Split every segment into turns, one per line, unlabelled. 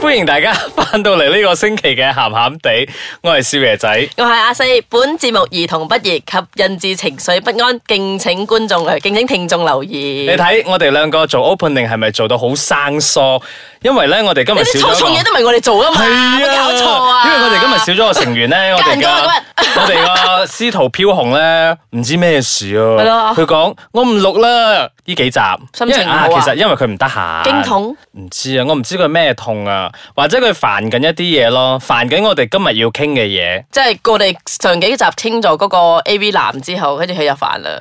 歡迎大家翻到嚟呢個星期嘅鹹鹹地，我係少爺仔。
我係阿四，本節目兒童不宜及引致情緒不安，敬請觀眾留，敬請聽眾留意。
你睇我哋兩個做 opening 係咪做到好生疏？因為咧，我哋今
呢
日
啲
少
粗
咗
重
一
嘢
個
都唔係我哋做啊嘛，有冇搞錯啊！
因為我哋今日少咗個成 員咧，我哋
人㗎
嘅
嘛
我哋個司徒飄紅咧，唔知咩事
係
啊
咯。
佢講我唔錄啦，呢幾集，
心
因
情
為
唔好啊
其實因為佢唔得閒。
經痛
唔知啊，我唔知佢咩痛啊，或者佢煩緊一啲嘢咯，煩緊我哋今日要傾嘅嘢。
即係我哋上幾集傾咗嗰個 A V 男之後，跟住佢就煩 啦。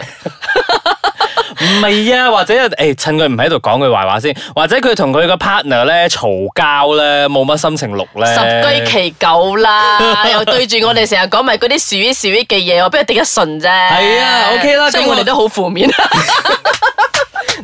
唔係啊，或者誒、趁佢唔喺度講佢壞話先，或者佢同佢個 partner 咧嘈交咧，冇乜心情錄咧。
十居其九 啦，又對住我哋成日講埋嗰啲 sweet sweet 嘅嘢，我邊度頂得順啫？
係啊，OK 啦
所以
咁我
我哋都好 負面。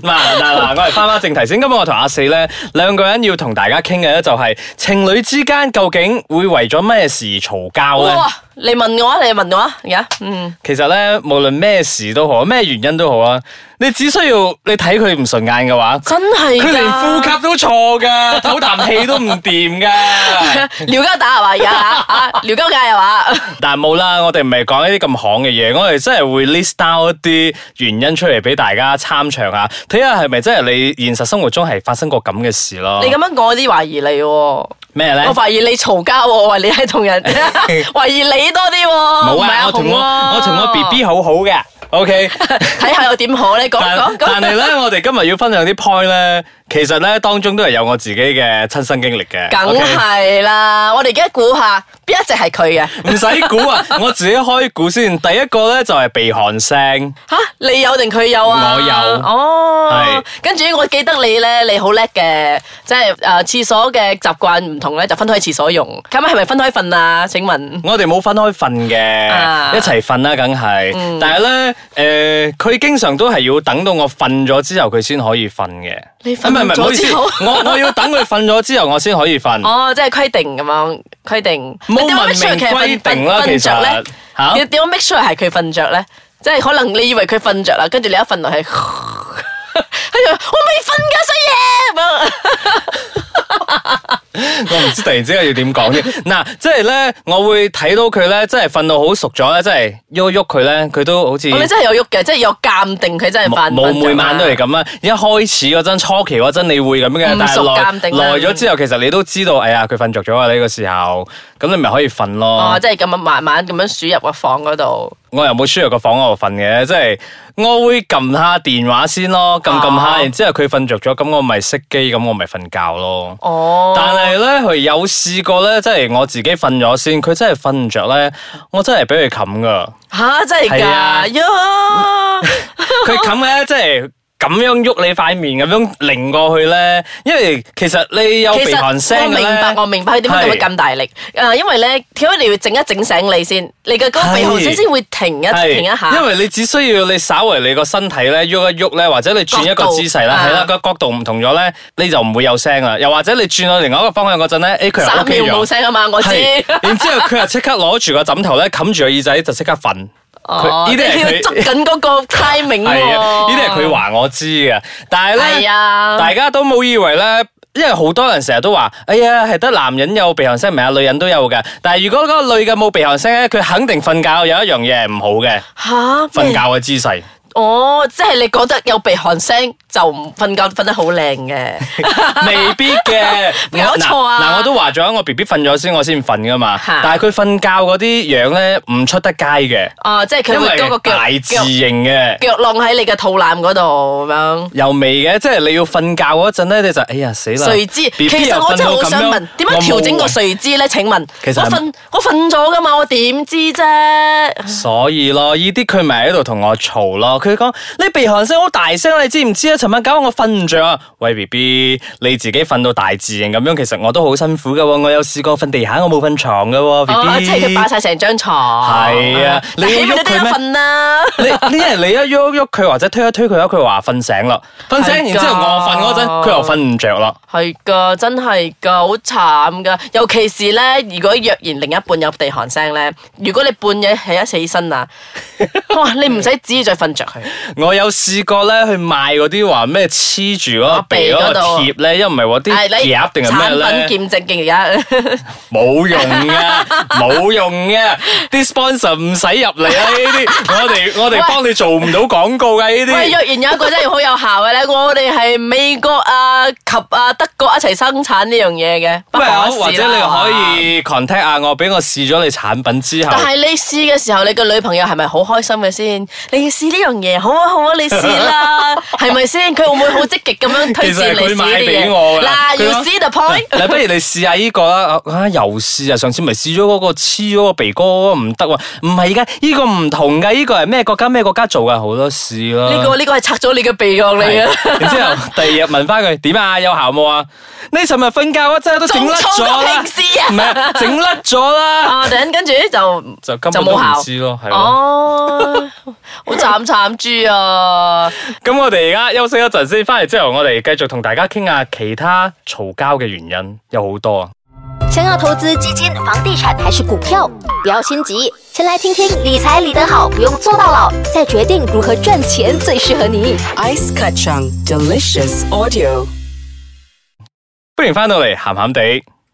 嗱嗱嗱，我哋翻返正題先。今日我同阿四咧兩個人要同大家傾嘅咧，就係情侶之間究竟會為咗咩事而嘈交咧？
哇！你問我啊，你問我啊，而家嗯，
其實咧，無論咩事都好，咩原因都好啊，你只需要你睇佢唔順眼嘅話，
真係㗎
佢連呼 吸都錯㗎， 唞啖氣都唔掂㗎。
撩交打係嘛？而家啊，啊撩交界係嘛？
但冇啦，我哋唔係講呢啲咁行嘅嘢，我哋真係會 list down 一啲原因出嚟俾大家參詳下，睇下係咪真係你現實生活中係發生過咁嘅事咯。
你咁樣講，我有啲懷疑你喎，我
咩咧？
懷疑你嘈交喎，我懷疑你 係同人，懷疑你多啲喎。
冇
唔係
啊！
阿
我同我
紅喎
我 同我 B B 好好嘅，OK
睇下又點好咧？講
但。
講
但
講，
係咧，我哋今日要分享啲 point 咧，其實咧當中都係有我自己嘅親身經歷嘅。
梗
OK？
係啦。我哋而家估下邊一隻係佢嘅
唔使估啊！我自己開估先。第一個咧就係鼻鼾聲，
吓？你有定佢有啊？
我有
哦
係，
跟住我記得你咧，你好叻嘅，即係誒廁所嘅習慣唔同咧，就分開廁所用。咁係咪分開瞓啊？請問？
我哋冇分開瞓
啊嗯
嘅，一齊瞓啦，梗係。但係咧，誒，佢經常都係要等到我瞓咗之後，佢先可以瞓嘅。
你
啊
瞓
唔係唔係，唔好意
咗
思，
之後
我我要等佢瞓咗之後，我先可以瞓。
哦，即係規定咁樣，規定
嗯冇文明規定啦
你點樣 make sure 佢係瞓
其實
瞓着咧
嚇
你點樣 make sure 係佢瞓着咧？即係可能你以為佢瞓着啦，跟住你一瞓落去，跟 住我未瞓㗎，衰嘢咁樣
我唔知突然之間要點講添。嗱，即係咧，我會睇到佢咧，真係瞓到好熟咗咧，真係喐一喐佢咧，佢都好似
我哋哦真係有喐嘅，即係有鑑定佢真係
冇
瞓
冇每晚都係。咁啊！一開始嗰陣初期嗰陣你會咁嘅，
唔
但
熟鑑
係耐
定啦
耐咗之後，其實你都知道，哎呀，佢瞓着咗啊！呢個時候，咁你咪可以瞓咯
哦，。即係咁樣慢慢咁樣鼠入個房嗰度。
我又冇輸入個房嗰度瞓嘅，即係我會撳下電話先咯，撳撳下，
哦
然之後佢瞓着咗，咁我咪熄機，咁我咪瞓覺咯。
哦，
但係咧，佢有試過咧，即係我自己瞓咗先，佢真係瞓唔着咧，我真係俾佢冚 噶。
吓真係
係啊
㗎呀！
佢冚咧，即係咁樣喐你塊面，咁樣擰過去咧，因為其實你有
其
鼻
實
鼾聲
我
嘅
明
咧
白，我明白佢點解
係
會咁大力。誒，因為咧，點解你要整一整醒你先？你嘅嗰個鼻鼾聲先會停一
係
停一下。
因為你只需要你稍為你個身體咧喐一喐咧，或者你轉一個
角度
姿勢啦，
啊
係啦個角度唔同咗咧，你就唔會有聲啦。又或者你轉去另外一個方向嗰陣咧，誒佢又
三
OK
秒冇
咗，
聲啊嘛，我知。
係然之後佢又即刻攞住個枕頭咧冚住個耳仔就即刻瞓。
哦，
佢呢啲係
你
佢
要捉緊嗰個 timing
係啊，
喎。
呢啲係佢話我知嘅，但係咧，
係啊
大家都冇以為咧。因為好多人成日都話，哎呀，係得男人有鼻鼾聲，唔係啊，女人都有嘅。但係如果嗰個女嘅冇鼻鼾聲咧，佢肯定瞓覺有一樣嘢係唔好嘅，
吓
瞓覺。嘅姿勢。
哦，即係你覺得有鼻鼾聲就唔瞓覺瞓得好 靚嘅。
未必嘅，
搞錯啊
嗱嗱，我都話咗，我 B B 瞓咗先，我先瞓噶嘛。
嚇
但係佢瞓覺嗰啲樣咧，唔出得街嘅，
哦，即係佢
因
會
為
嗰個腳
大字
腳
型嘅。
腳浪喺你嘅肚腩嗰度咁樣。
又未嘅，即係你要瞓覺嗰陣咧，你就哎呀死啦！
睡姿，
BB
其實我真係好想
又瞓到咁樣，
問
啊
點樣調整個？睡姿咧？請問，
其實
我瞓我瞓咗噶嘛？我點知啫？
我冇啊所以咯，呢啲佢咪喺度同我嘈咯，佢講：你鼻鼾聲好大聲啊，你知唔知啊？尋晚搞到我瞓唔着啊！喂 B B，你自己瞓到大字型咁樣，其實我都好辛苦噶喎。我有試過瞓地下，我冇瞓床噶喎，B
哦，
B。
即係佢霸晒成張床。
係啊
但
你
起
要喐
碼你都
佢
有
咩
瞓啦。
你呢人你一喐喐佢或者推一推佢，佢話瞓醒啦，瞓醒然
係
之後我瞓嗰陣，
㗎
佢又瞓唔着啦。
係噶，真係噶，好慘噶。尤其是咧，如果若然另一半有地寒聲咧，如果你半夜起一起身 啊，哇！你唔使旨意再瞓着佢，
我有試過咧去賣嗰啲話咩黐住嗰個
哦鼻
鼻嗰
嗰
個
度
貼咧，因為唔係話啲
係
夾定係咩咧
產。品見證嘅而家。
冇用 嘅，冇用嘅，啲 sponsor 唔使入嚟啦！呢啲 我哋我哋幫你做唔到廣告嘅呢
喂，
啲
若。然有一個真係好有效嘅咧，我哋係美國啊及啊德國一齊生產呢樣嘢嘅，不可
喂，
一世啦
或者你可。以 contact 下我，俾我試咗你產品之後
但，係你試嘅時候，你個女朋友係咪好開心嘅先？你要試呢樣嘢，好啊好啊，你試 啦，係咪先？佢會唔會好積極咁樣推薦
其
你
實係佢
試呢
買
啲
俾
嘢？
我㗎
嗱
佢
，you
話
see the point？
嗱，不如 你試下呢個啦，啊又試啊！上次咪試咗嗰個黐咗個鼻哥嗰個唔得喎，唔係㗎，呢個唔同㗎，呢個係咩國家咩國家做㗎？好多試啦。
呢個呢個係拆咗你嘅鼻翼嚟嘅。
嗯係然之後第二日問翻佢點啊，有效冇啊？你尋日瞓覺嗰陣都整甩咗
仲粗過
啦，
平時啊
唔係整甩咗 啦，
啊，等跟住就
就根本都
冇效
唔知咯，係咯。
哦，好慘慘豬啊！
咁我哋而家休息一陣先，翻嚟之後我哋繼續同大家傾下其他嘈交嘅原因，有好多啊。
想要投资基金、房地产还是股票，不要心急，先来听听理财理得好，不用做到老，再决定如何赚钱最适合你。
Ice Kachang Delicious Audio.
歡迎翻到嚟，鹹鹹地，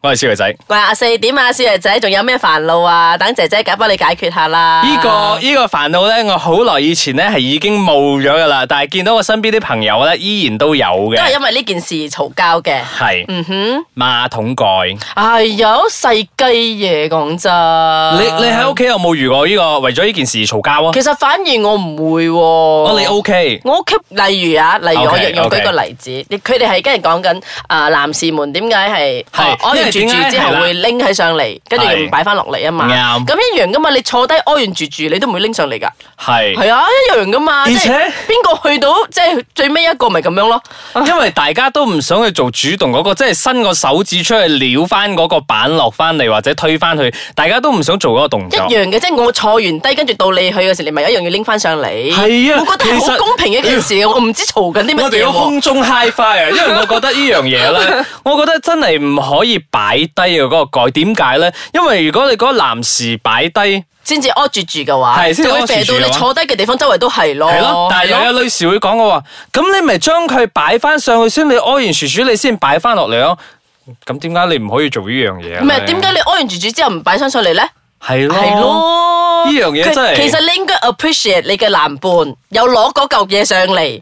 我係小女仔。
喂，阿四點啊，小爺仔，仲有咩煩惱啊？等姐姐解幫你解決下啦。
呢、個呢、個煩惱咧，我好耐以前咧係已經冇咗噶啦，但係見到我身邊啲朋友咧，依然都有
都係
嘅，
因為呢件事嘈交嘅。
係
嗯哼，
馬桶蓋。
哎呀，好細雞嘢講真。啊
你你喺屋企有冇遇過呢、個為咗呢件事嘈交啊？
其實反而我唔會喎。
我
我
哦你 OK，
我屋企，例如啊，例如
OK，
我若用
OK
舉個例子，佢哋係跟人講緊啊，男士們點解係
係
哦屙
因為
完住
點解
住之
係啦
後會拎起上嚟，跟住
係
唔擺翻落嚟啊嘛。
啱
咁一樣噶嘛，你坐低屙完住住，你都唔會拎上嚟㗎。
係，
係啊，一樣噶嘛。
而且
即係邊個去到即係最尾一個咪咁樣咯。
因為大家都唔想去做主動嗰、個，即係伸個手指出去撩翻嗰個板落翻嚟，或者推翻去，大家都唔想做嗰個動
一
作。
樣嘅，即係我坐完低，跟住到你去嘅時，你咪一樣要拎翻上嚟。
係啊
我覺得係
其實哎
好公平嘅一件事嘅，我唔知嘈緊啲乜
我哋
嘢
要
喎。
空中 high five 啊，因為我覺得呢樣嘢 咧，我覺得真係唔可以擺低嘅嗰個蓋。點解咧？因為如果你嗰個男士擺低，
先至屙住住嘅話，
係先至
就
屙
會
住住
肥到
嘅
你
話
坐低嘅地方周圍都哦係咯。
係咯，但係
係啊
又有女士會講我話，咁你咪將佢擺翻上去先，你屙完薯薯你先擺翻落嚟咯。咁點解你唔可以做呢樣嘢？
唔係點解？你屙完住住之後唔擺身上嚟咧？
係咯，
係咯，
呢樣嘢
佢
真係
其實你應該 appreciate 你嘅男伴有攞嗰嚿嘢上嚟。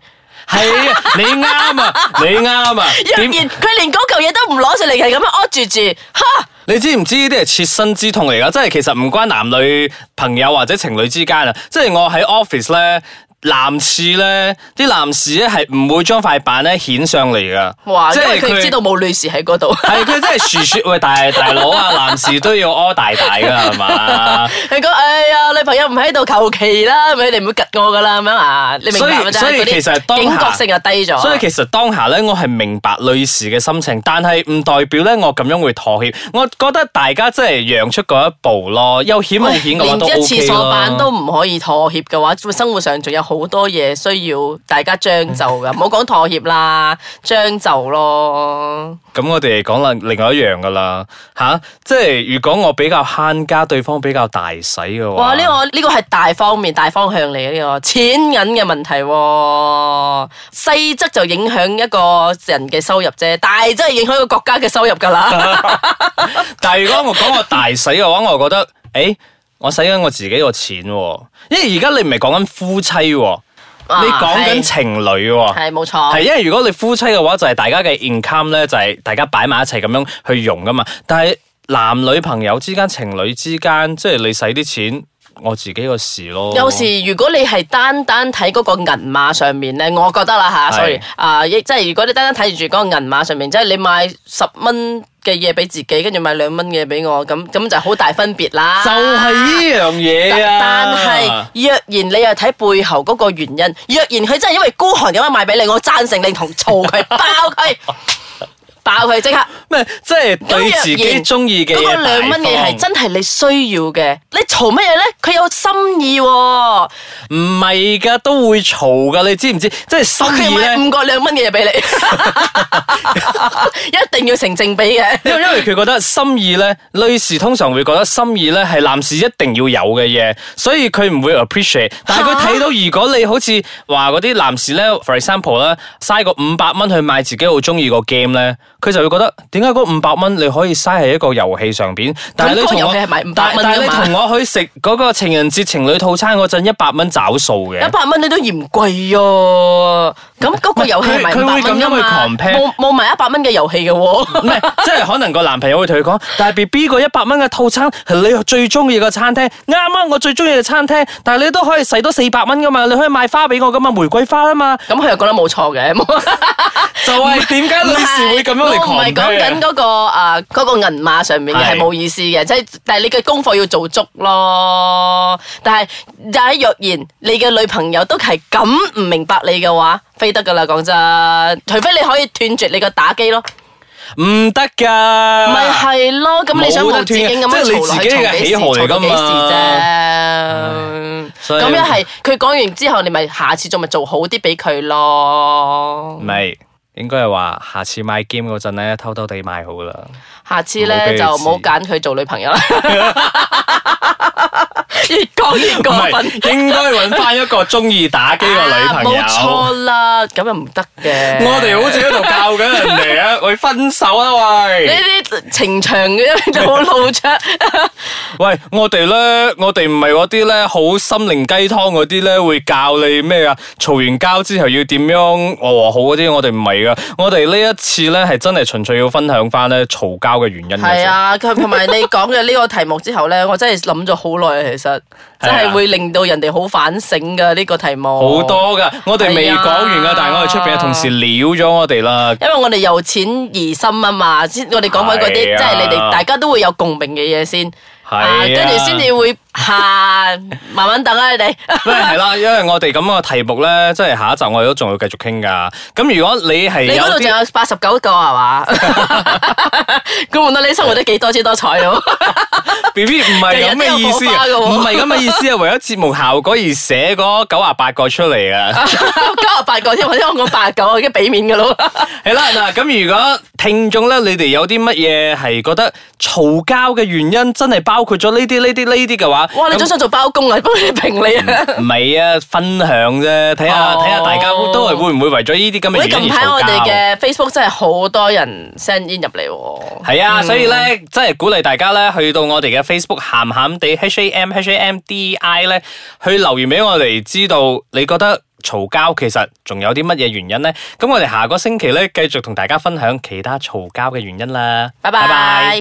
係啊，你啱啊，你啱 啊。
若然
點？
佢連嗰嚿嘢都唔攞上嚟，係咁樣屙住住，哈！
你知唔知呢啲係切身之痛嚟㗎？真係其實唔關男女朋友或者情侶之間啊，即係我喺 office 咧。男士咧，啲男士咧係唔會將塊板咧顯上嚟㗎，
哇！
即
因
係
為佢知道冇女士喺 嗰度。
係佢真係薯薯喂，大大佬 啊，男士都要屙大大㗎係嘛？
佢講：哎呀，女朋友唔喺度，求其啦，咪你唔會吉我噶啦，咁樣啊？你明白
所
咪？
以所以
就係嗰啲
其實當下
警覺性又低 咗。
所以其實當下咧，我係明白女士嘅心情，但係唔代表咧我咁樣會妥協。我覺得大家真係讓出嗰一步咯，有險冇險嘅話
連
都
一
OK
廁所板都
咯。
唔可以妥協嘅話，生活上仲有好多嘢需要大家將就嘅，唔好講妥協啦，將就咯。
咁我哋講啦，另外一樣噶啦吓，即係如果我比較慳家，對方比較大使嘅話，
哇！呢、個呢、個係大方面、大方向嚟嘅呢個錢銀嘅問題喎、細則就影響一個人嘅收入啫，大則影響一個國家嘅收入㗎 啦。
但係如果我講我大使嘅話，我又覺得誒、欸我使緊我自己個錢喎，因為而家你唔係講緊夫妻喎，
啊
你講緊
係
情侶喎。
係冇錯，
係，因為如果你夫妻嘅話，就係、大家嘅 income 咧，就係、大家擺埋一齊咁樣去用噶嘛。但係男女朋友之間、情侶之間，即係你使啲錢，我自己個事咯。
有時如果你係單單睇嗰個銀碼上面咧，我覺得啦
係
吓 s o r r y 啊，亦即係如果你單單睇住嗰個銀碼上面，即係你買十蚊嘅嘢俾自己，跟住買兩蚊嘅嘢俾我，咁咁就好大分別啦。
就係呢樣嘢啊！
啊但係若然你又睇背後嗰個原因，若然佢真係因為孤寒咁樣賣俾你，我贊成你同嘈佢爆佢，爆佢即刻。
咩？即係對自己中意嘅嘢
嗰個兩蚊嘅嘢係真係你需要嘅，你嘈乜嘢咧？佢有心意喎、
唔係㗎，都會嘈㗎，你知唔知？即係
我
心
佢
意
買
咧。
五個兩蚊嘅 嘢俾你，一定要成正比 嘅。
因為因為佢覺得心意咧，女士通常會覺得心意咧係男士一定要有嘅嘢，所以佢唔會 appreciate。但係佢睇到如果你好似話嗰啲男士咧，for example 咧，嘥個五百蚊去買自己好中意個 game 咧，佢就會覺得點解嗰五百蚊你可以嘥喺一個遊戲上邊？但係你
咁嗰個
同我
遊戲係賣500
但
蚊㗎嘛
但係你同我去食嗰個情人節情侶套餐嗰陣，一百蚊找數嘅
一。百蚊你都嫌貴喎、咁嗰個遊戲係
佢
賣
佢
五
會
百
咁
蚊㗎
樣去
嘛？
compare
冇冇賣一百蚊嘅遊戲嘅喎。
唔係，即係可能個男朋友會同佢講，但係 B B 個一百蚊嘅套餐係你最中意嘅餐廳，啱啊！我最中意嘅餐廳，但係你都可以使多四百蚊噶嘛，你可以買花俾我噶嘛，玫瑰花啊嘛，
咁佢又覺得冇錯嘅，冇
就係點解女士會咁樣嚟
我唔
狂
係講緊嗰個啊嗰個銀碼上面嘅
係
係冇意思嘅，即係但係你嘅功課要做足咯。但係但係若然你嘅女朋友都係咁唔明白你嘅話，飛得噶啦，講真，除非你可以斷絕你個打機咯，
唔得㗎，
咪係咯。咁你
啊
想
冇
無
得
止境咁
斷嘅
樣
即係你
嘈落
自
去，
己嘅
嘈幾
喜
時
好嚟
嘈
㗎
到幾時
嘛所
啫？
以
咁一係佢講完之後，你咪下次仲咪做好啲俾佢咯
唔。係應該係話下次買 game 嗰陣咧，偷偷地買好啦。
下次
唔好俾
咧
佢
就唔好
知
揀佢做女朋友啦。 越講越過分。
應該揾翻一個中意打機嘅女朋 友。
啊冇錯啦，咁又唔得嘅。
我哋好似喺度教緊人哋啊，喂，分手啊
呢
喂！
啲情場嘅就好露 出，
喂，我哋咧，我哋唔係嗰啲咧好心靈雞湯嗰啲咧，會教你咩啊？嘈完交之後要點樣和好嗰啲，我哋唔係噶。我哋呢一次咧係真係純粹要分享翻咧嘈交嘅原因嘅啫。
係啊，佢同埋你講嘅呢個題目之後咧，我真係諗咗好耐啊，其實真係會令到人哋好反省噶呢個題目。
好多噶，我哋未
係啊
講完噶，但係我哋出邊嘅同事撩咗我哋啦。
因為我哋由淺而深啊嘛，先我哋講緊嗰
係
啲，
啊
即係你哋大家都會有共鳴嘅嘢先，
係啊
跟住先至 會下慢慢等啊，你哋。
喂，係啦，因為我哋咁嘅題目咧，即係下一集我哋都仲要繼續傾噶。咁如果 你係
你
有
嗰度
啲
仲有八十九個係嘛？ 咁換到你生活得幾多姿多彩咯。
B B 唔係咁嘅意思啊，
日日都有火花㗎喎
唔係咁嘅意思啊，為咗節目效果而寫嗰九啊八個出嚟啊。
九十八個添，或者我講八十九，我已經俾面噶咯。
係啦，嗱，咁如果聽眾咧，你哋有啲乜嘢係覺得嘈交嘅原因，真係包括咗呢啲呢啲呢啲嘅話，
哇！你
咁
仲想做包公啊？幫 你評你啊！
唔係啊，分享啫，睇下
哦
睇下大家都係會唔會為咗呢啲咁嘅
喂，
原
近
因而
排我
嘈
哋
交。
嘅 Facebook 真係好多人 send in 入嚟喎。
係啊，所以咧，真係鼓勵大家咧，去到我哋嘅 Facebook 鹹鹹地 H A M H A M D I 咧，去留言俾我哋知道你覺得嘈交其實仲有啲乜嘢原因咧？咁我哋下個星期咧繼續同大家分享其他嘈交嘅原因啦。
拜拜。